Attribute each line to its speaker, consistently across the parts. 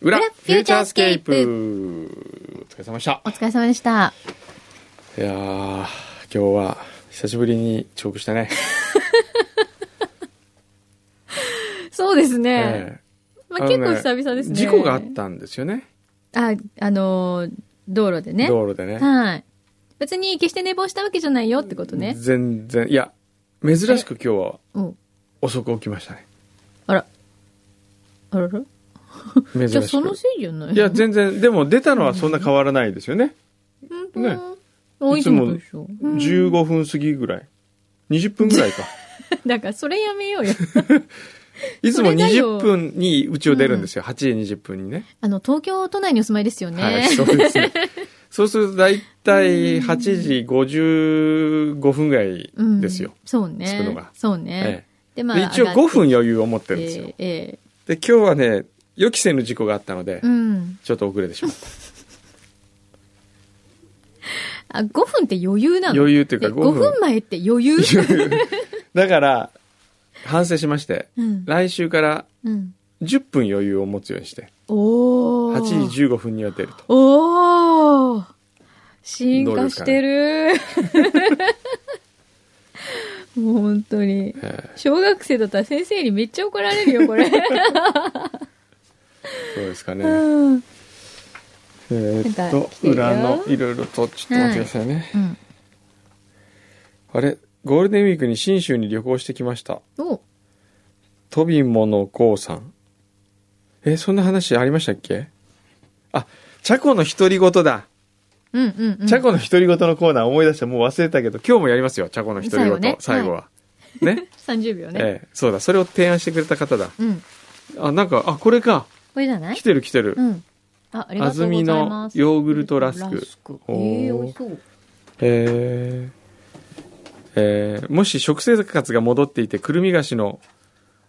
Speaker 1: フューチャースケープ
Speaker 2: お疲れ様でした
Speaker 1: お疲れ様でした。
Speaker 2: いやー今日は久しぶりに遅刻したね、
Speaker 1: そうですね。
Speaker 2: え
Speaker 1: まあ、
Speaker 2: あのね
Speaker 1: 結構久々ですね。
Speaker 2: 事故があっ。たんですよね
Speaker 1: あ、あのー道路でね。
Speaker 2: 道路でね
Speaker 1: はい。別に決して寝坊したわけじゃないよってことね。
Speaker 2: 全然いや珍しく今日は
Speaker 1: うん。
Speaker 2: 遅く起きましたね
Speaker 1: あら。あらら
Speaker 2: 珍
Speaker 1: じゃあ
Speaker 2: し
Speaker 1: その
Speaker 2: く
Speaker 1: せいじゃない
Speaker 2: いや全然でも出たのはそんな変わらないですよね、
Speaker 1: 本当
Speaker 2: ね
Speaker 1: 多い
Speaker 2: い
Speaker 1: つ
Speaker 2: つ
Speaker 1: も
Speaker 2: も
Speaker 1: と一緒。うん
Speaker 2: 15分過ぎぐらい20分ぐらいか
Speaker 1: だからそれやめよ うよ。
Speaker 2: いつも
Speaker 1: それだよ
Speaker 2: 20分にうちを出るんですよ、8時20分にね
Speaker 1: あの、東京都内にお住まいですよね。
Speaker 2: はい、そうです ね。そうすると大体8時55分ぐらい
Speaker 1: うん
Speaker 2: ですよ。。
Speaker 1: そうね。
Speaker 2: 着くのが
Speaker 1: そうね
Speaker 2: え。
Speaker 1: で、
Speaker 2: え
Speaker 1: ま
Speaker 2: で一応5分
Speaker 1: やっ
Speaker 2: 余裕を持って
Speaker 1: て
Speaker 2: るんですよ。
Speaker 1: えええ
Speaker 2: で、今日はね、予期せぬ事故があったので
Speaker 1: え、うん。
Speaker 2: ちょっと遅れてしまった。
Speaker 1: あ、5分って余裕なの
Speaker 2: 余裕っていうか
Speaker 1: え
Speaker 2: 5分。
Speaker 1: 5分前って余裕
Speaker 2: だから、反省しまして、
Speaker 1: うん。
Speaker 2: 来週から
Speaker 1: うん。
Speaker 2: 10分余裕を持つようにして、
Speaker 1: おー。
Speaker 2: 8時15分には出ると。
Speaker 1: おー。進化してる。もう本当に。
Speaker 2: ええ
Speaker 1: 小学生だったら先生にめっちゃ怒られるよ、これ。
Speaker 2: そうです かね。
Speaker 1: うん。
Speaker 2: えーっ
Speaker 1: なん
Speaker 2: と
Speaker 1: か来、てるよ
Speaker 2: 裏のいろいろと、ちょっと待ってくださいね。
Speaker 1: うん。
Speaker 2: あれ、ゴールデンウィークに信州に旅行してきました。
Speaker 1: お
Speaker 2: 飛びものこうさん。え、そんな話ありましたっけあ、チャコの独り言だ。
Speaker 1: うんうんうん。
Speaker 2: チャコの独り言のコーナー思い出してもう忘れたけど、今日もやりますよ、チャコの独り
Speaker 1: 最後
Speaker 2: 言。
Speaker 1: ね
Speaker 2: 最後は。ね。
Speaker 1: 30秒 ね。
Speaker 2: ええそうだ、それを提案してくれた方だ。
Speaker 1: うん。
Speaker 2: あ、なんか、あ、これか。
Speaker 1: これじゃない
Speaker 2: 来てる来てる
Speaker 1: う。ん。あ、ありが
Speaker 2: 安
Speaker 1: とうござ
Speaker 2: 住
Speaker 1: い
Speaker 2: の
Speaker 1: ます。
Speaker 2: ヨーグルトラスク。
Speaker 1: え
Speaker 2: おー
Speaker 1: え美味しそう。
Speaker 2: えーえーもし食生活が戻っていてくるみ菓子の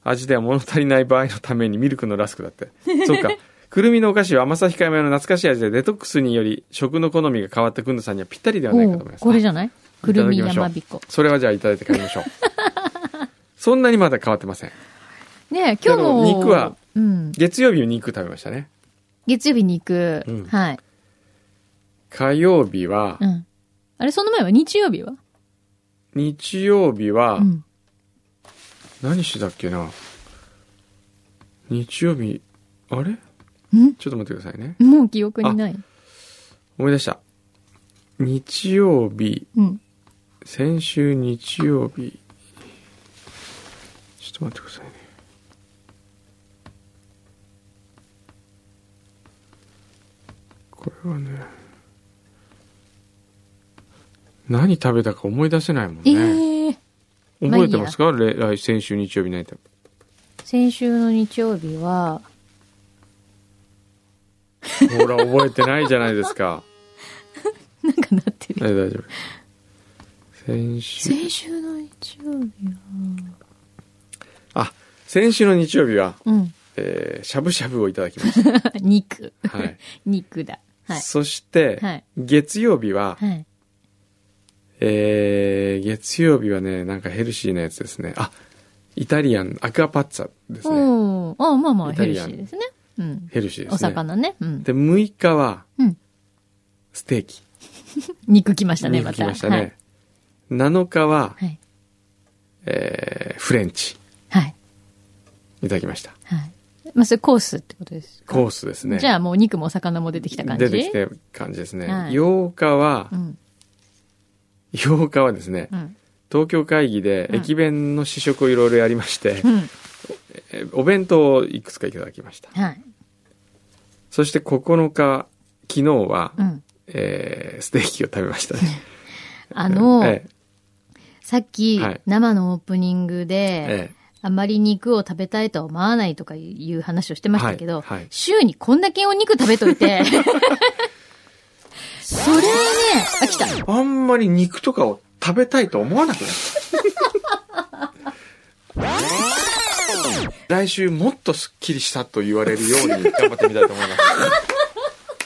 Speaker 2: 味では物足りない場合のためにミルクのラスクだって そうかくるみのお菓子は甘さ控えめの懐かしい味でデトックスにより食の好みが変わったくんどさんにはぴったりではないかと思います
Speaker 1: これじゃないくるみやまびこ。
Speaker 2: それはじゃあいただいて帰りましょうそんなにまだ変わってません
Speaker 1: ねえ今日も。
Speaker 2: けど肉は。
Speaker 1: うん。
Speaker 2: 月曜日に肉食べましたね
Speaker 1: 月曜日に行く。
Speaker 2: うん
Speaker 1: はい。
Speaker 2: 火曜日は、
Speaker 1: うん。あれ、その前は日曜日は
Speaker 2: 日曜日は、
Speaker 1: うん。
Speaker 2: 何してたっけな日曜日あれ
Speaker 1: ん
Speaker 2: ちょっと待ってくださいね
Speaker 1: もう記憶にない。
Speaker 2: 思い出した日曜日
Speaker 1: うん。
Speaker 2: 先週日曜日ちょっと待ってくださいねこれはね何食べたか思い出せないもん
Speaker 1: え
Speaker 2: ね、
Speaker 1: えー。まあ
Speaker 2: 覚
Speaker 1: いいや
Speaker 2: えてますか来来先週日曜日何食べた
Speaker 1: 先週の日曜日は、
Speaker 2: ほら覚えてないじゃないです か
Speaker 1: なんかなって
Speaker 2: え
Speaker 1: る。
Speaker 2: 大丈夫先週
Speaker 1: 先週の日曜日は。
Speaker 2: あ先週の日曜日は、
Speaker 1: うん。
Speaker 2: えー、しゃぶしゃぶをいただきまし
Speaker 1: 肉。
Speaker 2: た、はい、
Speaker 1: 肉だ。はい。
Speaker 2: そして、
Speaker 1: はい
Speaker 2: 月曜日は、
Speaker 1: はい。
Speaker 2: えー、月曜日はねなんかヘルシーなやつですねあイタリアンアクアパッツァですね
Speaker 1: おーあまあまあ、
Speaker 2: イ
Speaker 1: ヘ
Speaker 2: タ
Speaker 1: ル
Speaker 2: リ
Speaker 1: シ
Speaker 2: アン
Speaker 1: ーですね。うん。
Speaker 2: ヘルシーですね
Speaker 1: お魚ね。うん。
Speaker 2: で6日は
Speaker 1: うん。
Speaker 2: ステーキ
Speaker 1: 肉来ましたね、ま
Speaker 2: 肉
Speaker 1: た。
Speaker 2: 来ましたね、7日は、
Speaker 1: はい。
Speaker 2: えー、フレンチ
Speaker 1: はい。はい。
Speaker 2: いただきました
Speaker 1: はい。まあ、それコースってことですか。
Speaker 2: コースですね
Speaker 1: じゃあもうお肉もお魚も出てきた感じ
Speaker 2: 出てきて感じですね、
Speaker 1: はい
Speaker 2: 8日は
Speaker 1: う、ん。
Speaker 2: 8日はですね、
Speaker 1: うん。
Speaker 2: 東京会議で
Speaker 1: うん
Speaker 2: 駅弁の試食をいろいろやりまして、
Speaker 1: うん。
Speaker 2: えお弁当をいくつかいただきました
Speaker 1: はい。
Speaker 2: そして9日昨日は、
Speaker 1: うん。
Speaker 2: えーステーキを食べましたね
Speaker 1: あの、
Speaker 2: ええ
Speaker 1: さっき、
Speaker 2: はい
Speaker 1: 生のオープニングで、
Speaker 2: え
Speaker 1: あまり肉を食べたいとは思わないとかいう話をしてましたけど、
Speaker 2: はいはい
Speaker 1: 週にこんだけお肉食べといて、 それね、あ、来た。
Speaker 2: えあんまり肉とかを食べたいと思わなくなった 来週もっとすっきりしたと言われるように頑張ってみたいと思います
Speaker 1: こんなこ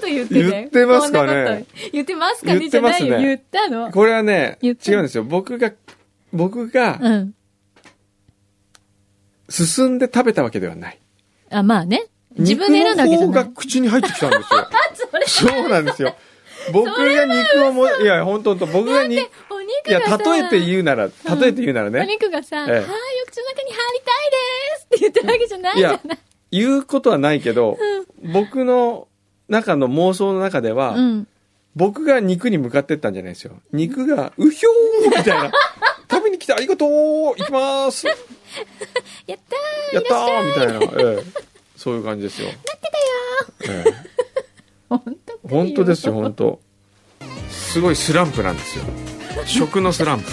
Speaker 1: と言ってたよ
Speaker 2: 言ってますかね
Speaker 1: こんなこと言ってますかね
Speaker 2: 言っ
Speaker 1: じ
Speaker 2: て
Speaker 1: ゃ
Speaker 2: ま
Speaker 1: な
Speaker 2: す
Speaker 1: い
Speaker 2: ね
Speaker 1: よ。言ったの。
Speaker 2: これはね違
Speaker 1: 言
Speaker 2: う
Speaker 1: って
Speaker 2: んですよ僕が僕が
Speaker 1: うん。
Speaker 2: 進んで食べたわけではない
Speaker 1: あ、まあね。自分で選んだわけじゃ
Speaker 2: 肉の
Speaker 1: な
Speaker 2: 方
Speaker 1: い
Speaker 2: が。口に入ってきたんですよ。
Speaker 1: それ
Speaker 2: そうなんですよ。僕が肉をも、いや、本当本当僕がに、い
Speaker 1: お肉
Speaker 2: や、
Speaker 1: がさ
Speaker 2: 例えて言うなら、例えて言うなら
Speaker 1: お
Speaker 2: ね、
Speaker 1: 肉がさ、は
Speaker 2: ええ
Speaker 1: ーい、お口の中に入りたいですって言ってるわけじゃない
Speaker 2: い
Speaker 1: じゃ
Speaker 2: や
Speaker 1: ない。、
Speaker 2: 言うことはないけど、僕の中の妄想の中では、
Speaker 1: うん。
Speaker 2: 僕が肉に向かってったんじゃないですよ。肉が、うひょーみたい な。食べに来てありがとう行きますや
Speaker 1: やった
Speaker 2: ったーみたいな、ええそういう感じですよ。ええ
Speaker 1: ー本当か
Speaker 2: 本当ですよ本当すごいスランプなんですよ食のスランプ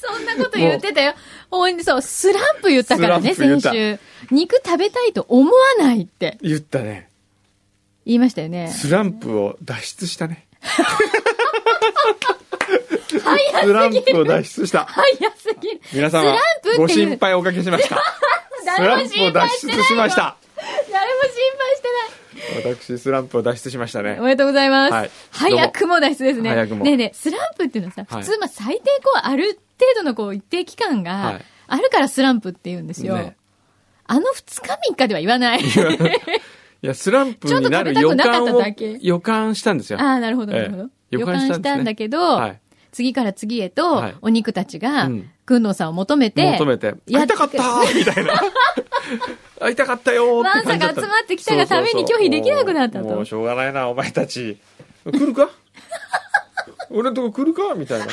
Speaker 1: そんなこと言ってたよ。おいそう、スランプ言ったからね、
Speaker 2: スラン
Speaker 1: 先
Speaker 2: プ
Speaker 1: 週。肉食べたいと思わないって
Speaker 2: 言ったね
Speaker 1: 言いましたよね。
Speaker 2: スランプを脱出したねスランプを脱出した
Speaker 1: 早すぎる。
Speaker 2: 皆様
Speaker 1: スランプ
Speaker 2: ご
Speaker 1: っていう
Speaker 2: 心配おかけしました ス
Speaker 1: 誰
Speaker 2: ラ
Speaker 1: も
Speaker 2: ンプを
Speaker 1: 心
Speaker 2: 脱
Speaker 1: 配して
Speaker 2: 出
Speaker 1: ないよ。
Speaker 2: しました
Speaker 1: 誰も心配してない。
Speaker 2: 私スランプを脱出しましたね
Speaker 1: おめでとうございます。
Speaker 2: はい
Speaker 1: 早くも脱出ですね。
Speaker 2: 早くも
Speaker 1: ねえねえ、スランプっていうのはさ、
Speaker 2: はい
Speaker 1: 普通、まあ、最低こう、ある程度のこう、一定期間
Speaker 2: は
Speaker 1: が
Speaker 2: い
Speaker 1: あるからスランプって言うんですよ。
Speaker 2: ね
Speaker 1: あの2日3日では言わない。
Speaker 2: いやスランプになる
Speaker 1: ちょ
Speaker 2: 予
Speaker 1: っと食べたく
Speaker 2: 感
Speaker 1: なかった
Speaker 2: を
Speaker 1: だけ
Speaker 2: 予感したんですよ
Speaker 1: ああ、なるほど、なるほど。
Speaker 2: ええ
Speaker 1: 予
Speaker 2: 予
Speaker 1: 感
Speaker 2: 感
Speaker 1: し
Speaker 2: したた
Speaker 1: ん
Speaker 2: んですね
Speaker 1: だけど、
Speaker 2: はい
Speaker 1: 次から次へと
Speaker 2: はい、
Speaker 1: お肉たちが
Speaker 2: うん、
Speaker 1: くんのさんを求めて、
Speaker 2: 求めて
Speaker 1: や
Speaker 2: 会
Speaker 1: っ
Speaker 2: いたかったーみたい な会いたかったよーって感じだった
Speaker 1: まさか集まってきたがために拒否できなくなっ
Speaker 2: そ
Speaker 1: たと
Speaker 2: うそうそうもうもうしょうがないなお前たち来る か俺のとこ来るかみたいな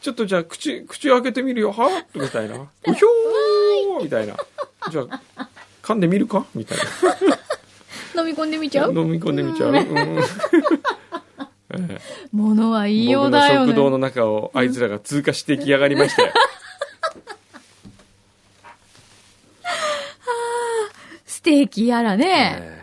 Speaker 2: ちょっとじゃあ口口開けてみるよはみたいなうひょーみたいなじゃあ噛んでみるかみたい
Speaker 1: 飲み込んでみちゃ
Speaker 2: な
Speaker 1: う
Speaker 2: 飲み込んでみちゃう、うん ええ
Speaker 1: ものは言いよう
Speaker 2: 僕
Speaker 1: だよ
Speaker 2: の
Speaker 1: ね。
Speaker 2: 食堂の中をあいつらが通過していきやがりまして
Speaker 1: ステーキやらね、
Speaker 2: ええ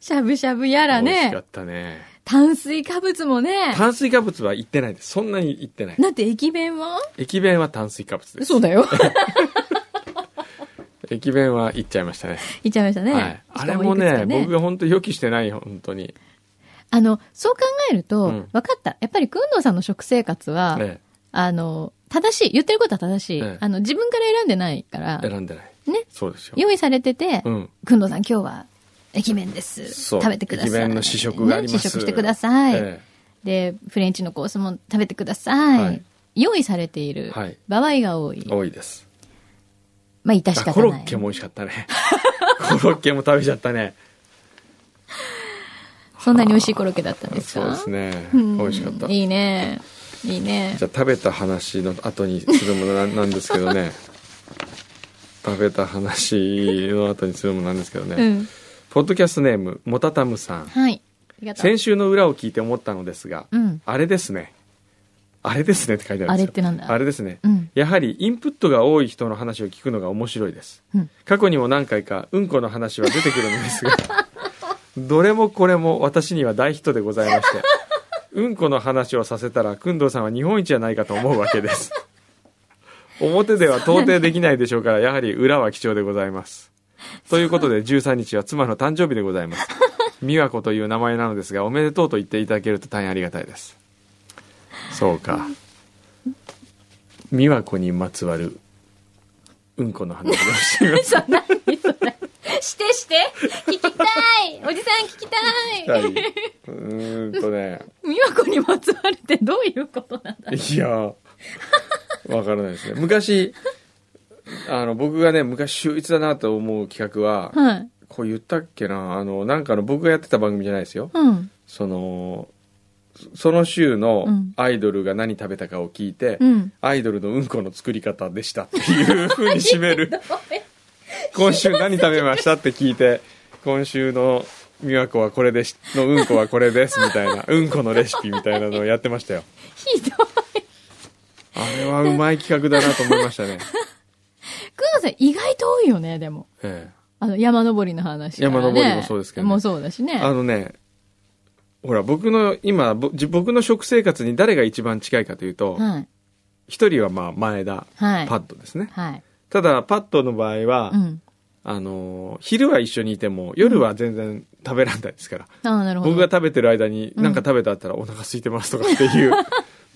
Speaker 1: しゃぶしゃぶやら
Speaker 2: 美味しか
Speaker 1: ね
Speaker 2: っ、たね
Speaker 1: 炭水化物もね、
Speaker 2: 炭水化物は言ってないですそんなに言ってない
Speaker 1: なんて駅弁は
Speaker 2: 駅弁は炭水化物です
Speaker 1: そうだ よ。
Speaker 2: 駅弁は行っちゃいましたね
Speaker 1: 行っちゃいましたね。
Speaker 2: はい、
Speaker 1: し
Speaker 2: あ
Speaker 1: か
Speaker 2: れも
Speaker 1: いくつ
Speaker 2: ね
Speaker 1: か
Speaker 2: 僕が本当予期してない本当に、
Speaker 1: あの、そう考えると、
Speaker 2: うん
Speaker 1: 分かった。やっぱり、くんどうさんの食生活は、
Speaker 2: ね、
Speaker 1: あの、正しい。言ってることは正しい。
Speaker 2: ええ
Speaker 1: あの、自分から選んでないから、
Speaker 2: 選んでない
Speaker 1: ね。
Speaker 2: そうですよ、
Speaker 1: 用意されてて、
Speaker 2: うん、
Speaker 1: くんどうさん今日は、駅弁です。
Speaker 2: そう
Speaker 1: 食べてください。
Speaker 2: 駅弁の試食があります
Speaker 1: ね試食してください、
Speaker 2: え
Speaker 1: で、フレンチのコースも食べてください。
Speaker 2: はい
Speaker 1: 用意されている
Speaker 2: はい
Speaker 1: 場合が多い。
Speaker 2: え多いです
Speaker 1: まあ、致し
Speaker 2: あ
Speaker 1: 方
Speaker 2: コ
Speaker 1: ない。
Speaker 2: ロッケも美味しかった ねコロッケも食べちゃったね
Speaker 1: そんなに美味しいコロッケだったんですか
Speaker 2: そうですね
Speaker 1: うん
Speaker 2: 美味しかったじ
Speaker 1: いいね。いいね。
Speaker 2: ゃあ食べた話の後にするものななんですけど ね食べた話の後にするものなんですけどね、
Speaker 1: うん。
Speaker 2: ポッドキャストネームもたたむさん
Speaker 1: はい。ありがとう。
Speaker 2: 先週の裏を聞いて思ったのですが、
Speaker 1: うん。
Speaker 2: あれですね。あれですねって書いてあるんですよ。
Speaker 1: あれってなんだ
Speaker 2: あれですね。
Speaker 1: うん。
Speaker 2: やはりインプットが多い人の話を聞くのが面白いです。
Speaker 1: うん
Speaker 2: 過去にも何回かうんこの話は出てくるのですが、どれもこれも私には大ヒットでございまして、うんこの話をさせたら、くんどうさんは日本一じゃないかと思うわけです。表では到底できないでしょうから、やはり裏は貴重でございます。ということで、13日は妻の誕生日でございます。美和子という名前なのですが、おめでとうと言っていただけると大変ありがたいです。そうか。美和子にまつわるうんこの話をしてみます。
Speaker 1: そんなにそんな にしてして聞きたいおじさん聞きた
Speaker 2: はいい、うーんとね、
Speaker 1: 美和子にまつわるってどういうことなんだ
Speaker 2: いや、わからないですね。昔、あの、僕がね、昔秀逸だなと思う企画は、
Speaker 1: はい。
Speaker 2: こう言ったっけな、あの、なんかの僕がやってた番組じゃないですよ。
Speaker 1: うん。
Speaker 2: その、そその週の
Speaker 1: うん
Speaker 2: アイドルが何食べたかを聞いて、
Speaker 1: うん。
Speaker 2: アイドルのうんこの作り方でしたっていう風に締め る。今週何食べましたって聞いて今週の美和子はこれですのうんこはこれですみた いなうんこのレシピみたいなのをやってましたよ
Speaker 1: ひどい。
Speaker 2: あれはうまい企画だなと思いましたね、
Speaker 1: くんのさん意外と多いよね、でも。
Speaker 2: え
Speaker 1: あの、山登りの話からね。
Speaker 2: 山登りもそうですけどね
Speaker 1: もうそうだし
Speaker 2: え、
Speaker 1: ね。
Speaker 2: あのねほら僕の今ぼじ僕の食生活に誰が一番近いかというと
Speaker 1: はい。
Speaker 2: 一人はまあ前田
Speaker 1: はい。
Speaker 2: パッドですね
Speaker 1: はい。
Speaker 2: ただパッドの場合は、
Speaker 1: うん。
Speaker 2: あのー昼は一緒にいても夜は全然食べられないですから、
Speaker 1: ああ、なるほど。
Speaker 2: 僕が食べてる間に
Speaker 1: うん
Speaker 2: 何か食べたったらお腹空いてますとかっていう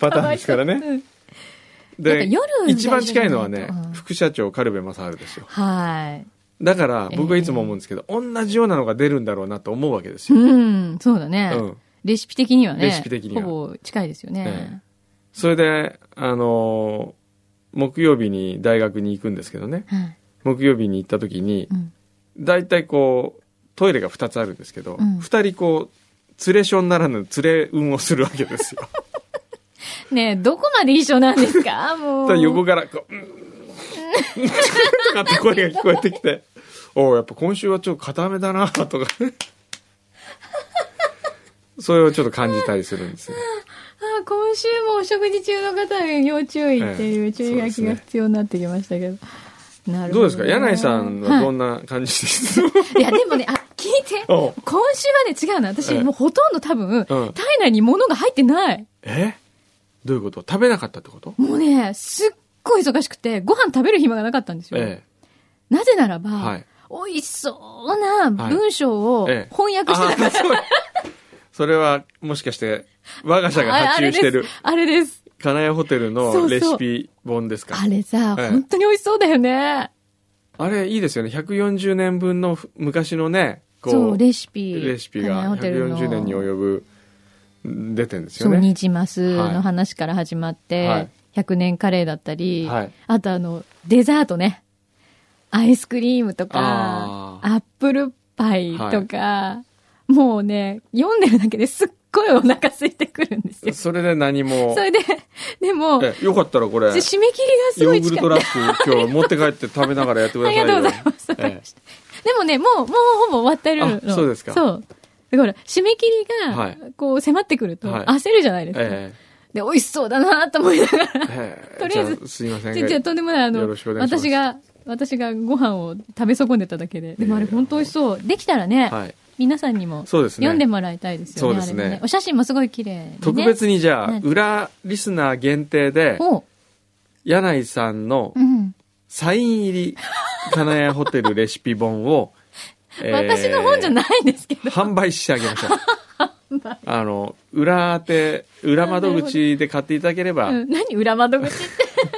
Speaker 2: パターンですからね
Speaker 1: うんなんか
Speaker 2: で
Speaker 1: 夜
Speaker 2: 一番近いのはね、
Speaker 1: うん
Speaker 2: 副社長軽部正治ですよ
Speaker 1: はい。
Speaker 2: だから僕はいつも思うんですけど、同じようなのが出るんだろうなと思うわけですよ、
Speaker 1: うん、そうだね。
Speaker 2: うん
Speaker 1: レシピ的にはね。
Speaker 2: レシピ的には
Speaker 1: ほぼ近いですよね。
Speaker 2: それであのー木曜日に大学に行くんですけどね
Speaker 1: はい。
Speaker 2: 木曜日に行った時に
Speaker 1: うん。
Speaker 2: 大体こうトイレが2つあるんですけど、
Speaker 1: うん
Speaker 2: 二2人こう連れションならぬ連れ運をするわけです よ
Speaker 1: ねえ、どこまで一緒なんで すかも
Speaker 2: ただ
Speaker 1: う。
Speaker 2: 横からこう「うん」 とかって声が聞こえてきて「おうやっぱ今週はちょっと固めだな」とか ねそれをちょっと感じたりするんですよ
Speaker 1: あ今週もお食事中の方に要注意ってい
Speaker 2: ええ
Speaker 1: う注意書
Speaker 2: そう
Speaker 1: き
Speaker 2: ですね
Speaker 1: が必要になってきましたけど。なる
Speaker 2: ど
Speaker 1: ほ
Speaker 2: う
Speaker 1: どね、
Speaker 2: ですか柳井さんはど
Speaker 1: い、
Speaker 2: んな感じです、
Speaker 1: いや、でもね、あ、聞いて。
Speaker 2: おう
Speaker 1: 今週はね、違うの。私、
Speaker 2: ええ
Speaker 1: もうほとんど多分、
Speaker 2: うん
Speaker 1: 体内に物が入ってない。
Speaker 2: えどういうこと食べなかったってこと
Speaker 1: もうね、すっごい忙しくて、ご飯食べる暇がなかったんですよ。
Speaker 2: え
Speaker 1: なぜならば、
Speaker 2: えはい
Speaker 1: 美味しそうな文章を
Speaker 2: はいええ
Speaker 1: 翻訳して
Speaker 2: あ
Speaker 1: た
Speaker 2: あそうそれはもしかして我が社が
Speaker 1: あ
Speaker 2: 発
Speaker 1: あれ
Speaker 2: 注して
Speaker 1: です
Speaker 2: る。
Speaker 1: あれです。
Speaker 2: 金谷ホテル
Speaker 1: そ
Speaker 2: の
Speaker 1: うそう
Speaker 2: レシピ本ですか
Speaker 1: あれさ、
Speaker 2: ええ
Speaker 1: 本当に美味しそうだよね。
Speaker 2: あれいいですよね140年分のふ昔のねこう
Speaker 1: そう、レシピ。
Speaker 2: レシピ
Speaker 1: 金谷
Speaker 2: が
Speaker 1: ホテルの
Speaker 2: 140年に及ぶん出てんです
Speaker 1: そ
Speaker 2: よ
Speaker 1: う、
Speaker 2: ね
Speaker 1: ニジマスの話から始まって、
Speaker 2: はい
Speaker 1: 100年カレーだったり、
Speaker 2: はい
Speaker 1: あとあの、デザートね。アイスクリームとか
Speaker 2: あ、
Speaker 1: アップルパイとか、もうね、読んでるだけですっごいお腹空いてくるんですよ。
Speaker 2: それで何も
Speaker 1: それで、でも、
Speaker 2: えよかったらこれ
Speaker 1: で締め切りがす
Speaker 2: ヨ
Speaker 1: ご
Speaker 2: ー
Speaker 1: い
Speaker 2: グ
Speaker 1: 近
Speaker 2: ルト
Speaker 1: い
Speaker 2: ラップ今日持って帰って食べながらやってくだ
Speaker 1: あ
Speaker 2: さい
Speaker 1: り
Speaker 2: よ
Speaker 1: がとうございます。わかり
Speaker 2: え
Speaker 1: ましたでもね、もう、もうほぼ終わってるの。
Speaker 2: あそうですか
Speaker 1: そう。だから、締め切り
Speaker 2: は
Speaker 1: が
Speaker 2: い、
Speaker 1: こう、迫ってくると、
Speaker 2: はい
Speaker 1: 焦るじゃないですか。
Speaker 2: え
Speaker 1: で、美味しそうだなと思いながら、
Speaker 2: えええ
Speaker 1: とりあえず
Speaker 2: じゃすいません
Speaker 1: じゃじゃとんでもない、あ
Speaker 2: よ
Speaker 1: の、
Speaker 2: ろしくお願いします
Speaker 1: 私が、私がご飯を食べ損ねただけで。でもあれ、
Speaker 2: いやいや
Speaker 1: 本当美味しそう。できたらね、
Speaker 2: はい
Speaker 1: 皆さんにも、
Speaker 2: そうですね
Speaker 1: 読んでもらいたいですよね。
Speaker 2: そうですね
Speaker 1: あれもお写真もすごい綺麗でね。
Speaker 2: 特別にじゃあ、
Speaker 1: ね
Speaker 2: 裏リスナー限定で、
Speaker 1: お
Speaker 2: 柳井さんの
Speaker 1: うん。
Speaker 2: サイン入り金谷ホテルレシピ本を、えー
Speaker 1: 私の本じゃないんですけど。
Speaker 2: 販売してあげましょう。 あの、裏当て、裏窓口で買っていただければ、
Speaker 1: うん、何裏窓口っ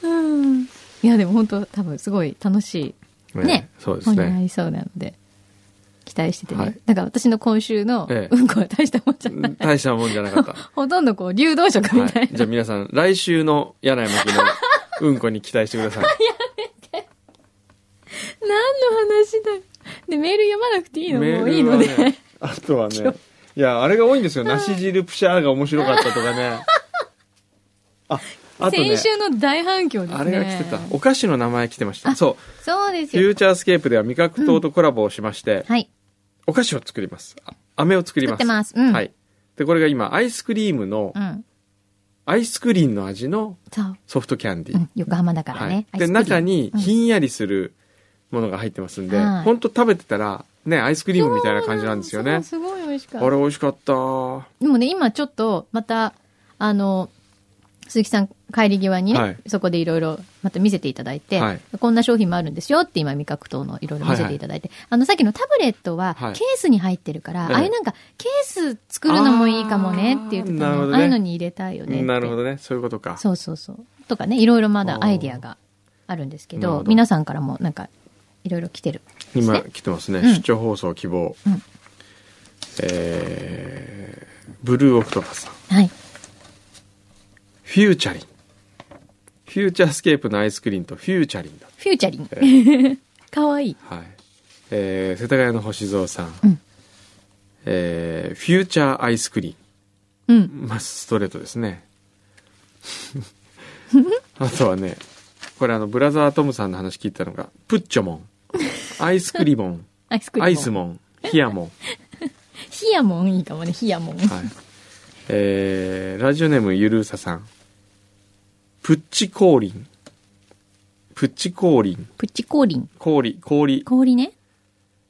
Speaker 1: て。 うん。いや、でも本当多分すごい楽しい。ね。
Speaker 2: そうです
Speaker 1: 本にな
Speaker 2: ね。
Speaker 1: りそうなので、期待しててね。
Speaker 2: はい
Speaker 1: だから私の今週の
Speaker 2: ええ
Speaker 1: うんこは大したもんじゃない。
Speaker 2: 大したもんじゃなか った。
Speaker 1: ほとんどこう、流動食み
Speaker 2: は
Speaker 1: たい
Speaker 2: い。じ
Speaker 1: な。
Speaker 2: ゃあ皆さん、来週の柳井真希のうんこに期待してください。
Speaker 1: 何の話だよ。で、メール読まなく ていいの
Speaker 2: メ
Speaker 1: もうい
Speaker 2: ー
Speaker 1: い
Speaker 2: ルは
Speaker 1: の
Speaker 2: ね
Speaker 1: で。
Speaker 2: あとはね、いや、あれが多いんですよ。梨汁プシャーが面白かったとか ね。あ、あとね
Speaker 1: 先、週の大反響ですね。
Speaker 2: あれが来てた。お菓子の名前来てました。
Speaker 1: あ
Speaker 2: そう。
Speaker 1: そうです
Speaker 2: フュ
Speaker 1: よ
Speaker 2: ー。チャースケープでは味覚糖とコラボをしまして、
Speaker 1: はい。
Speaker 2: お菓子を作ります。あ飴を作り
Speaker 1: 作
Speaker 2: ま
Speaker 1: っ
Speaker 2: す。
Speaker 1: てます。うん。
Speaker 2: はい。で、これが今、アイスクリームの、
Speaker 1: うん。
Speaker 2: アイスクリーンの味の
Speaker 1: そう。
Speaker 2: ソフトキャンディ
Speaker 1: う
Speaker 2: ー。
Speaker 1: ん。横浜だから
Speaker 2: はい
Speaker 1: ね。アイ
Speaker 2: で、
Speaker 1: スクリーム
Speaker 2: 中に
Speaker 1: うん
Speaker 2: ひんやりするものが入ってますんで、
Speaker 1: はい
Speaker 2: ほんと食べてたら、ね、アイスクリームみたいな感じなんですよね。
Speaker 1: そうすごい美味しかった
Speaker 2: あ。れ美味しかった。
Speaker 1: でもね、今ちょっと、また、あの、鈴木さん帰り際にね、
Speaker 2: はい
Speaker 1: そこでいろいろまた見せていただいて、
Speaker 2: はい
Speaker 1: こんな商品もあるんですよって今味覚糖のいろいろ見せていただいて、あのさっきのタブレットはケ
Speaker 2: はい
Speaker 1: ースに入ってるから、
Speaker 2: ええ
Speaker 1: ああいうなんかケース作るのもいいかもねって言って
Speaker 2: あーな
Speaker 1: た
Speaker 2: るほ
Speaker 1: の
Speaker 2: どね
Speaker 1: あ,、あいうのに入れたいよねって。
Speaker 2: なるほどね。そういうことか。
Speaker 1: そうそうそう。とかね、いろいろまだアイディアがあるんですけ
Speaker 2: なる
Speaker 1: ど
Speaker 2: ほど
Speaker 1: 皆さんからもなんかいろいろ来てる。
Speaker 2: 今来てますね。
Speaker 1: うん
Speaker 2: 出張放送希望。
Speaker 1: うん
Speaker 2: えー、ブルーオクトパスさん。
Speaker 1: はい。
Speaker 2: フューチャリン。フューチャースケープのアイスクリーンとフューチャリンだ。
Speaker 1: フューチャリン。 かわいい。
Speaker 2: はい。えー、世田谷の星蔵さん。
Speaker 1: うん
Speaker 2: えー、フューチャーアイスクリ
Speaker 1: うん。
Speaker 2: ーン。まあ、ストレートですね。 あとはね、これあの、ブラザートムさんの話聞いたのが、プッチョモン。アイスクリボ ン。
Speaker 1: アイスクリーム。
Speaker 2: アイスモン。ヒアモン。
Speaker 1: ヒヤモンいいかもね、ヒヤモン。
Speaker 2: はい。えー、ラジオネームゆるうささん。プッチコーリン。プッチコーリン。
Speaker 1: プチ氷。
Speaker 2: 氷、氷。
Speaker 1: 氷ね。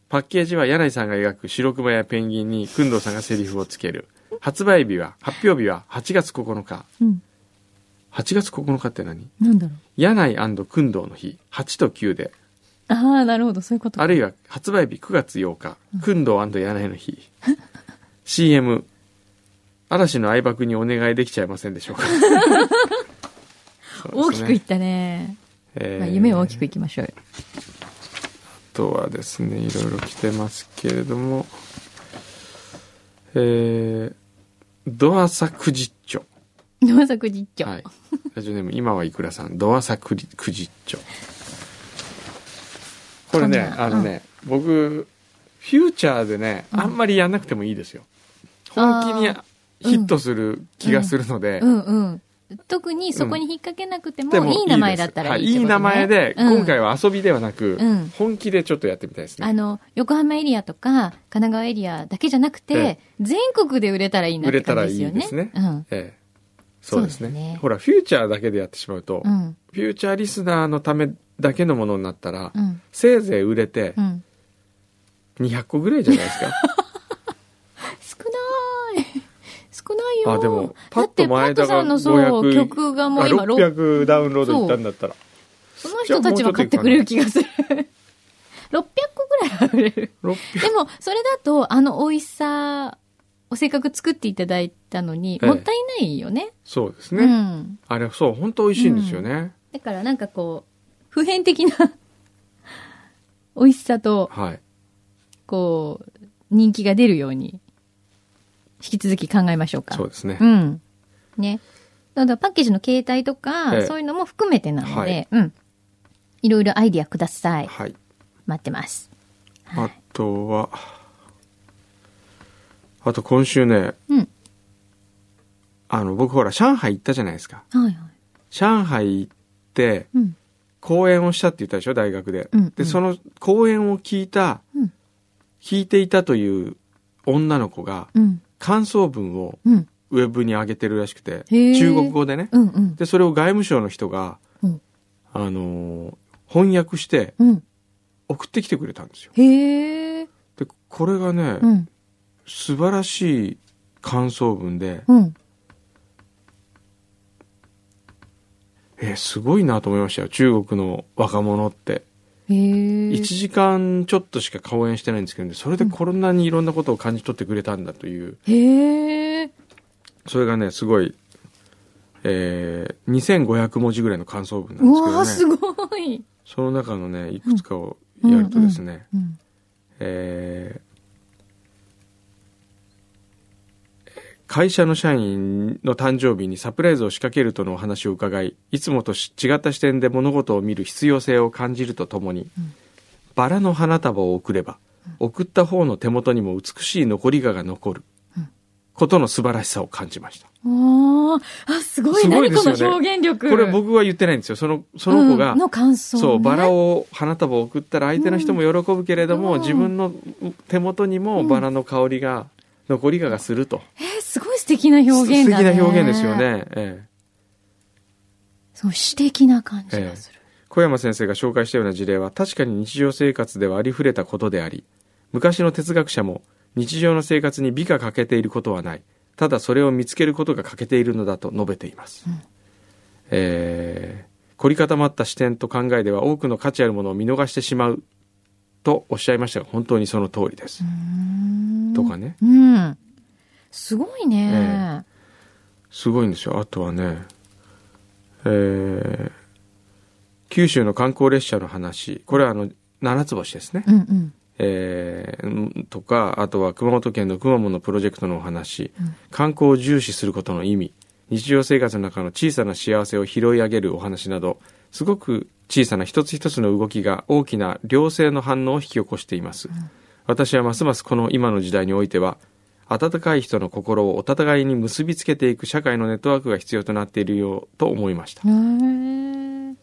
Speaker 2: パッケージは柳井さんが描く白熊やペンギンに工藤さんがセリフをつける。発売日は、発表日は8月9日。
Speaker 1: うん。
Speaker 2: 8月9日って何
Speaker 1: なんだろう。
Speaker 2: 柳井工藤の日、8と9で。
Speaker 1: ああ、なるほど、そういうこと。
Speaker 2: あるいは発売日9月8日、工藤柳井の日。CM、嵐の相葉君にお願いできちゃいませんでしょうか。
Speaker 1: 大きくいったね。
Speaker 2: え
Speaker 1: まあ、
Speaker 2: ー
Speaker 1: 夢を大きくいきましょうよ。
Speaker 2: あとはですねいろいろ来てますけれどもえー、ドアサクジッチョ
Speaker 1: 野間作実況。
Speaker 2: はい。ラジオネーム、今はいくらさん、ドアサクリクジッチョ。これね、
Speaker 1: そうね
Speaker 2: あのね、僕、フューチャーでね、
Speaker 1: うん
Speaker 2: あんまりやんなくてもいいですよ。本気に
Speaker 1: あ
Speaker 2: ヒットする気がするので、
Speaker 1: うんうん。特にそこに引っ掛けなくても、
Speaker 2: でも
Speaker 1: いい名前だったらいい
Speaker 2: で
Speaker 1: っ
Speaker 2: す
Speaker 1: て
Speaker 2: は
Speaker 1: こと、ね
Speaker 2: い、い名前で、
Speaker 1: うん
Speaker 2: 今回は遊びではなく、
Speaker 1: うん
Speaker 2: 本気でちょっとやってみたいです
Speaker 1: あ
Speaker 2: ね。
Speaker 1: の、横浜エリアとか、神奈川エリアだけじゃなくて、全国で売れたらいいなって感じですよね。
Speaker 2: 売れたらいいで
Speaker 1: う
Speaker 2: す
Speaker 1: ん。
Speaker 2: ええそうですね
Speaker 1: そうですね
Speaker 2: ほら、フューチャーだけでやってしまうと、
Speaker 1: うん。
Speaker 2: フューチャーリスナーのためだけのものになったら、
Speaker 1: うん。
Speaker 2: せいぜい売れて
Speaker 1: うん。
Speaker 2: 200個ぐらいじゃないですか。
Speaker 1: 少ない。少ないよ。
Speaker 2: あでもパ
Speaker 1: だ
Speaker 2: ッ
Speaker 1: って、
Speaker 2: と
Speaker 1: パ
Speaker 2: 前
Speaker 1: ッ
Speaker 2: 田
Speaker 1: トさ
Speaker 2: が
Speaker 1: んのそう、
Speaker 2: 500
Speaker 1: 曲がも
Speaker 2: あ
Speaker 1: う今、ろ
Speaker 2: 600ダウンロードいったんだったら
Speaker 1: その人たちは買ってくれる気がする。600個ぐらいは売れる。
Speaker 2: 600
Speaker 1: でも、それだと、あの美味しさをせっかく作っていただいたのに、
Speaker 2: ええ
Speaker 1: もったいないよね。
Speaker 2: そうですね、
Speaker 1: うん。
Speaker 2: あれそう本当美味しいんですよね、
Speaker 1: だからなんかこう、普遍的な 美味しさと、
Speaker 2: はい
Speaker 1: こう、人気が出るように、引き続き考えましょうか。
Speaker 2: そうですね、
Speaker 1: うん。ね。だからパッケージの形態とか、
Speaker 2: ええ
Speaker 1: そういうのも含めてなので、
Speaker 2: はい
Speaker 1: うん。いろいろアイディアください。
Speaker 2: はい
Speaker 1: 待ってます。
Speaker 2: あとはあと今週ね
Speaker 1: うん。
Speaker 2: あの僕ほら上海行ったじゃないですか
Speaker 1: はいはい。
Speaker 2: 上海行って
Speaker 1: うん。
Speaker 2: 講演をしたって言ったでしょ大学で、
Speaker 1: うんうん
Speaker 2: でその講演を聞いた
Speaker 1: うん。
Speaker 2: 聞いていたという女の子が
Speaker 1: うん。
Speaker 2: 感想文を
Speaker 1: うん。
Speaker 2: ウェブに上げてるらしくて
Speaker 1: へー
Speaker 2: 中国語でね
Speaker 1: うん。うん。
Speaker 2: でそれを外務省の人が
Speaker 1: うん。
Speaker 2: あのー翻訳して
Speaker 1: うん。
Speaker 2: 送ってきてくれたんですよ。
Speaker 1: へえ。
Speaker 2: で、これがね、
Speaker 1: うん。
Speaker 2: 素晴らしい感想文で、
Speaker 1: うん。
Speaker 2: えーすごいなと思いましたよ。中国の若者って。
Speaker 1: へえ。
Speaker 2: 1時間ちょっとしか講演してないんですけどね、それでこんなにいろんなことを感じ取ってくれたんだという、
Speaker 1: へえ。
Speaker 2: それがね、すごい、えー2500文字ぐらいの感想文なん
Speaker 1: う
Speaker 2: ですけ
Speaker 1: わ
Speaker 2: ど
Speaker 1: ー、す
Speaker 2: ね、
Speaker 1: ごい。
Speaker 2: その中のね、いくつかをやるとですね、
Speaker 1: うん。
Speaker 2: えー会社の社員の誕生日にサプライズを仕掛けるとのお話を伺いいつもとし違った視点で物事を見る必要性を感じるとともに、
Speaker 1: うん
Speaker 2: バラの花束を贈れば贈った方の手元にも美しい残り香が残る
Speaker 1: うん
Speaker 2: ことの素晴らしさを感じました、
Speaker 1: あーあ、すごい。
Speaker 2: すごい
Speaker 1: 何
Speaker 2: で
Speaker 1: こ
Speaker 2: すよね
Speaker 1: の表現力。
Speaker 2: これ僕は言ってないんですよそのその子が、
Speaker 1: うんの感想、ね。
Speaker 2: そうバラ
Speaker 1: を。
Speaker 2: を花束を送ったら相手の人も喜ぶけれども、
Speaker 1: うん
Speaker 2: 自分の手元にも
Speaker 1: うん
Speaker 2: バラの香りが、残り香がすると
Speaker 1: えー、すごい素敵な表
Speaker 2: 素
Speaker 1: 現
Speaker 2: 敵
Speaker 1: だね。
Speaker 2: な表現ですよ。ね、ええ
Speaker 1: そう、詩的な感じがする。
Speaker 2: 小山先生が紹介したような事例は確かに日常生活ではありふれたことであり昔の哲学者も日常の生活に美が欠けていることはないただそれを見つけることが欠けているのだと述べています、
Speaker 1: うん
Speaker 2: えー凝り固まった視点と考えでは多くの価値あるものを見逃してしまうとおっしゃいましたが本当にその通りです、
Speaker 1: うーん
Speaker 2: とかね
Speaker 1: うん。すごいね。
Speaker 2: すごいんですよあとはねえー九州の観光列車の話これはあの七つ星ですね、
Speaker 1: うんうん。
Speaker 2: えーとかあとは熊本県の熊本のプロジェクトのお話、
Speaker 1: うん
Speaker 2: 観光を重視することの意味日常生活の中の小さな幸せを拾い上げるお話などすごく小さな一つ一つの動きが大きな良性の反応を引き起こしています、私はますますこの今の時代においては温かい人の心をお互いに結びつけていく社会のネットワークが必要となっているようと思いました
Speaker 1: へー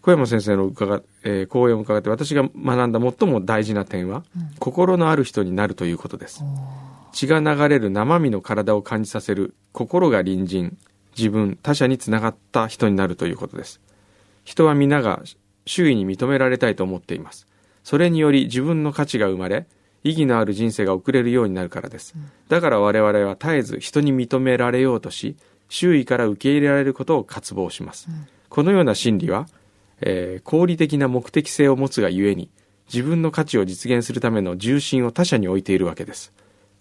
Speaker 2: 小山先生の伺、えー講演を伺って私が学んだ最も大事な点は、心のある人になるということです血が流れる生身の体を感じさせる心が隣人自分他者につながった人になるということです人は皆が周囲に認められたいと思っていますそれにより自分の価値が生まれ意義のある人生が送れるようになるからですだから我々は絶えず人に認められようとし周囲から受け入れられることを渇望します、このような心理は、えー、功利的な目的性を持つがゆえに自分の価値を実現するための重心を他者に置いているわけです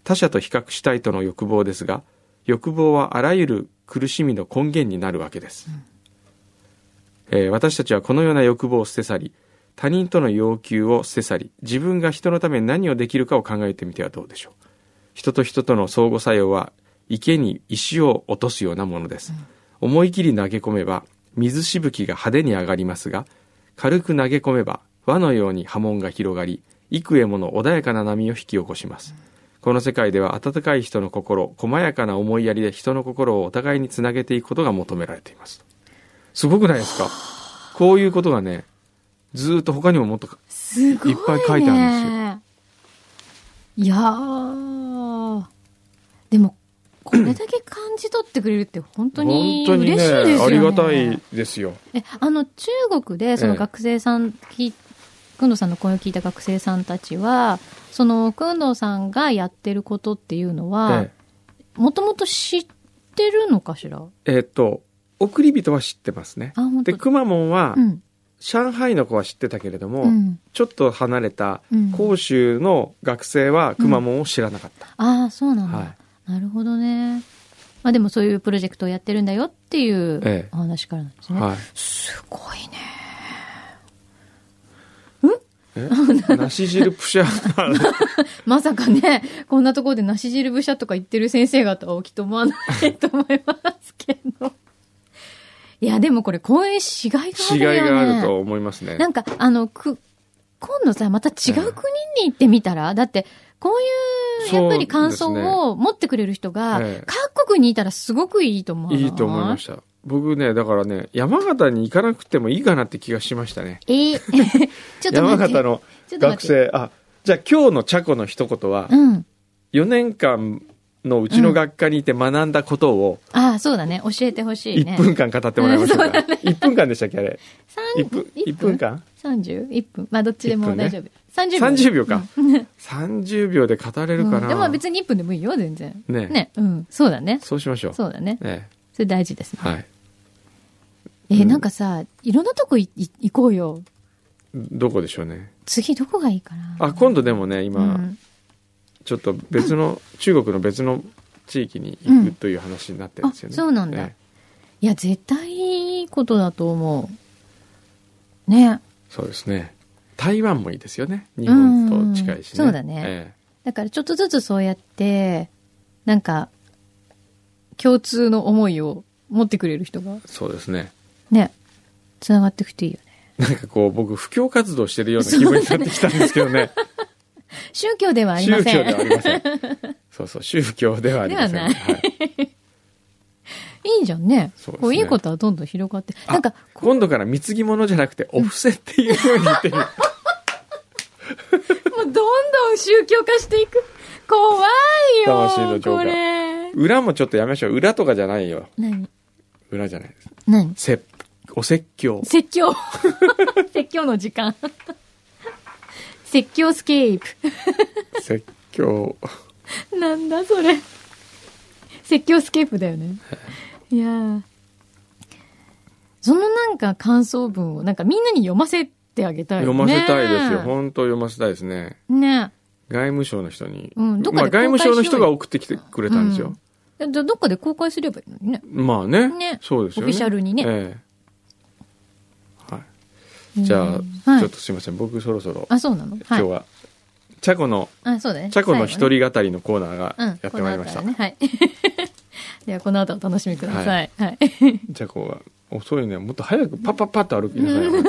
Speaker 2: 他者と比較したいとの欲望ですが欲望はあらゆる苦しみの根源になるわけです、えー私たちはこのような欲望を捨て去り他人との要求を捨て去り自分が人のために何をできるかを考えてみてはどうでしょう人と人との相互作用は池に石を落とすようなものです、思い切り投げ込めば水しぶきが派手に上がりますが軽く投げ込めば輪のように波紋が広がり幾重もの穏やかな波を引き起こします、この世界では温かい人の心細やかな思いやりで人の心をお互いにつなげていくことが求められていますすごくないですかこういうことがねずーっと他にももっと
Speaker 1: すごい、
Speaker 2: い
Speaker 1: ね。
Speaker 2: っぱい書いてあ
Speaker 1: いやー。でも、これだけ感じ取ってくれるって本当に嬉しいですよね。
Speaker 2: ありがたいですよ
Speaker 1: え、あの、中国で、そ
Speaker 2: え
Speaker 1: の
Speaker 2: え
Speaker 1: 学生さん、きくんどうさんの声を聞いた学生さんたちは、その、くんどうさんがやってることっていうのは
Speaker 2: え、
Speaker 1: もともと知ってるのかしら
Speaker 2: ええーっと送り人は知ってますね
Speaker 1: あ、本
Speaker 2: で
Speaker 1: 当
Speaker 2: くまモンは、
Speaker 1: うん。
Speaker 2: 上海の子は知ってたけれども、
Speaker 1: うん。
Speaker 2: ちょっと離れた
Speaker 1: うん
Speaker 2: 広州の学生はくまモンを知らなかった、
Speaker 1: ああ、そうなんだ。
Speaker 2: はい
Speaker 1: なるほどね。まあでもそういうプロジェクトをやってるんだよっていう
Speaker 2: ええ
Speaker 1: お話からなんですね。
Speaker 2: はい
Speaker 1: すごいね。
Speaker 2: え梨汁プシャー
Speaker 1: まさかね、こんなところで梨汁ぶしゃとか言ってる先生方はきっと思わないと思いますけど。いや、でもこれ公園しがいがあ
Speaker 2: 違
Speaker 1: る
Speaker 2: い
Speaker 1: よね。
Speaker 2: があると思いますね
Speaker 1: なんか、あの、く、今度さ、また違う国に行ってみたら、だって、こういう、やっぱり感想
Speaker 2: そうですね
Speaker 1: を持ってくれる人が、
Speaker 2: ええ
Speaker 1: 各国にいたらすごくいいと思う。
Speaker 2: いいと思いました僕ねだからね山形に行かなくてもいいかなって気がしましたね
Speaker 1: ええ ちょっと
Speaker 2: 山
Speaker 1: 待って。
Speaker 2: 形の
Speaker 1: ちょっと
Speaker 2: 学
Speaker 1: 待って。
Speaker 2: 生あじゃあ今日の茶子の一言は、
Speaker 1: うん。
Speaker 2: 4年間のうちの学科にいて学んだことを
Speaker 1: ああ、そうだね。教えてほしいね。
Speaker 2: 1分間語ってもらいましょうか、1分間でしたっけあれ
Speaker 1: 三
Speaker 2: 1分一分間
Speaker 1: ?31 分。まあ、どっちでも大丈夫。30
Speaker 2: 30
Speaker 1: 秒。
Speaker 2: 秒か、30秒で語れるかな、
Speaker 1: うんでも別に1分でもいいよ、全然。
Speaker 2: ね
Speaker 1: ね。うん。そうだね。
Speaker 2: そうしましょう
Speaker 1: そうだね。
Speaker 2: え
Speaker 1: それ大事ですね。
Speaker 2: えはい
Speaker 1: え
Speaker 2: う
Speaker 1: ー、
Speaker 2: ん
Speaker 1: なんかさ、いろんなとこいい行こうよ。
Speaker 2: どこでしょうね
Speaker 1: 次どこがいいかな。
Speaker 2: あ今度でもね
Speaker 1: う
Speaker 2: 今、
Speaker 1: ん。
Speaker 2: ちょっと別の中国の別の地域に行くという話になってるんですよね、
Speaker 1: うんあそうなんだ
Speaker 2: ええ
Speaker 1: いや、絶対いいことだと思う。ね。
Speaker 2: そうですね台湾もいいですよね日本と近いしね、
Speaker 1: うんそうだね
Speaker 2: ええ
Speaker 1: だからちょっとずつそうやって、なんか、共通の思いを持ってくれる人が、
Speaker 2: そうですね
Speaker 1: ね、つながっていくといいよね。
Speaker 2: なんかこう僕布教活動してるような気分になってきたんですけどね
Speaker 1: 宗教ではありま
Speaker 2: 宗教
Speaker 1: せん。
Speaker 2: ではありませんそうそう宗教ではありません
Speaker 1: ではない
Speaker 2: はい
Speaker 1: いいじゃんね。
Speaker 2: そうですね
Speaker 1: こういいことはどんどん広がって。
Speaker 2: あ
Speaker 1: なんか、こ
Speaker 2: 今度から貢ぎ物じゃなくてお布施っていうふうに言ってみる
Speaker 1: もうどんどん宗教化していく。怖いよ。
Speaker 2: 魂の浄化
Speaker 1: これ。
Speaker 2: 裏もちょっとやめましょう裏とかじゃないよ
Speaker 1: 何
Speaker 2: 裏じゃないです
Speaker 1: 何
Speaker 2: せお説教
Speaker 1: 説教。 説教の時間。 説教スケー
Speaker 2: 説教
Speaker 1: プ。なんだそれ。説教スケープだよね。いやーそのなんか感想文をなんかみんなに読ませてあげたい、ね。
Speaker 2: 読ませたいですよ、本当読ませたいですね
Speaker 1: ね
Speaker 2: 外務省の人に、
Speaker 1: うんどっ
Speaker 2: ま
Speaker 1: か
Speaker 2: あ、
Speaker 1: で
Speaker 2: 外務省の人が
Speaker 1: 公
Speaker 2: 送ってきてくれたんですよ、
Speaker 1: え。じゃあどっかで公開すればいいのにね。
Speaker 2: まあね
Speaker 1: ね
Speaker 2: そうですよね
Speaker 1: オフィシャルにね
Speaker 2: ええはい、じゃあ、
Speaker 1: うんはい
Speaker 2: ちょっとすいません僕そろそろ
Speaker 1: あ、そうなの
Speaker 2: 今
Speaker 1: い
Speaker 2: 日は、チャコの
Speaker 1: あ、そうだね。
Speaker 2: チャコの一
Speaker 1: 最後ね、
Speaker 2: 人語りのコーナーが
Speaker 1: うん、
Speaker 2: やってまいりました、
Speaker 1: この後はね、 はい。では、この後お楽しみください。はい。
Speaker 2: チャコは遅いねもっと早くパッパッパッと歩きなさいよ、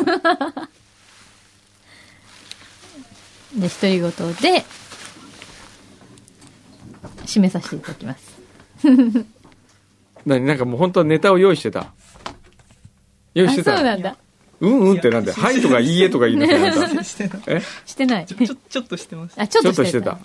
Speaker 1: で、独り言で、締めさせていただきます。
Speaker 2: 何なんかもう本当はネタを用意してた用意
Speaker 1: あ、
Speaker 2: し
Speaker 1: そ
Speaker 2: て
Speaker 1: う
Speaker 2: た
Speaker 1: なんだ。
Speaker 2: うんうんってなんで「はい」とか「いいえ」とか言いなさいあなた
Speaker 3: してない
Speaker 2: え
Speaker 1: してない。
Speaker 3: ちょちょちょっとしてます。
Speaker 1: あ、ちょっ
Speaker 2: ちょ
Speaker 1: と
Speaker 2: っとしてた。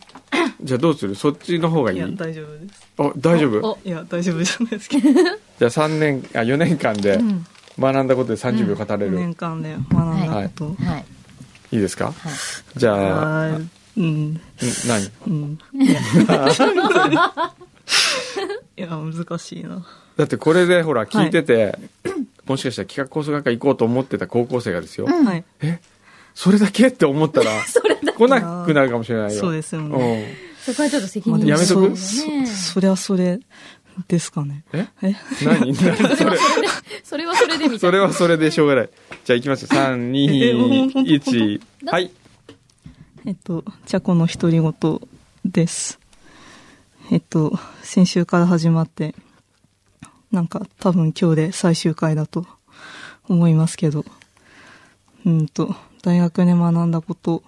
Speaker 2: じゃあどうするそっちの方がい
Speaker 3: い
Speaker 2: い
Speaker 3: や
Speaker 2: あ
Speaker 3: 大丈夫です。
Speaker 2: 大丈夫
Speaker 1: お
Speaker 3: いや大丈夫じゃないですけど、
Speaker 2: じゃあ3年あ4年間で
Speaker 1: うん。
Speaker 2: 学んだことで30秒語れる、
Speaker 3: 年間で学んだこと。
Speaker 1: はい。
Speaker 2: いいですか
Speaker 1: はい。
Speaker 2: じゃあ
Speaker 3: はーい。うん
Speaker 2: ん何
Speaker 3: うん。いや難しいな。
Speaker 2: だってこれでほら聞いてて、もしかしたら企画構想学科行こうと思ってた高校生がですよ、
Speaker 1: うん
Speaker 3: はい。
Speaker 2: それだけって思ったら来なくなるかもしれないよ
Speaker 3: そうですよね。
Speaker 2: うん
Speaker 1: そこはちょっと責任
Speaker 2: やめとく
Speaker 1: そうだね
Speaker 3: そりゃそれですかね。
Speaker 2: え
Speaker 3: え
Speaker 2: 何何それ
Speaker 1: それはそれでみた
Speaker 2: そ
Speaker 1: いな。
Speaker 2: れはそれでしょうがないじゃあいきますよ
Speaker 3: えほんとほんと
Speaker 2: 321はい
Speaker 3: えっと、チャコの独り言です。えっと、先週から始まって、なんか多分今日で最終回だと思いますけど、うんと、大学で学んだこと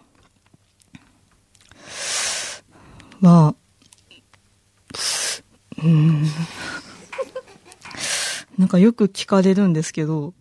Speaker 3: は、うん、なんかよく聞かれるんですけど、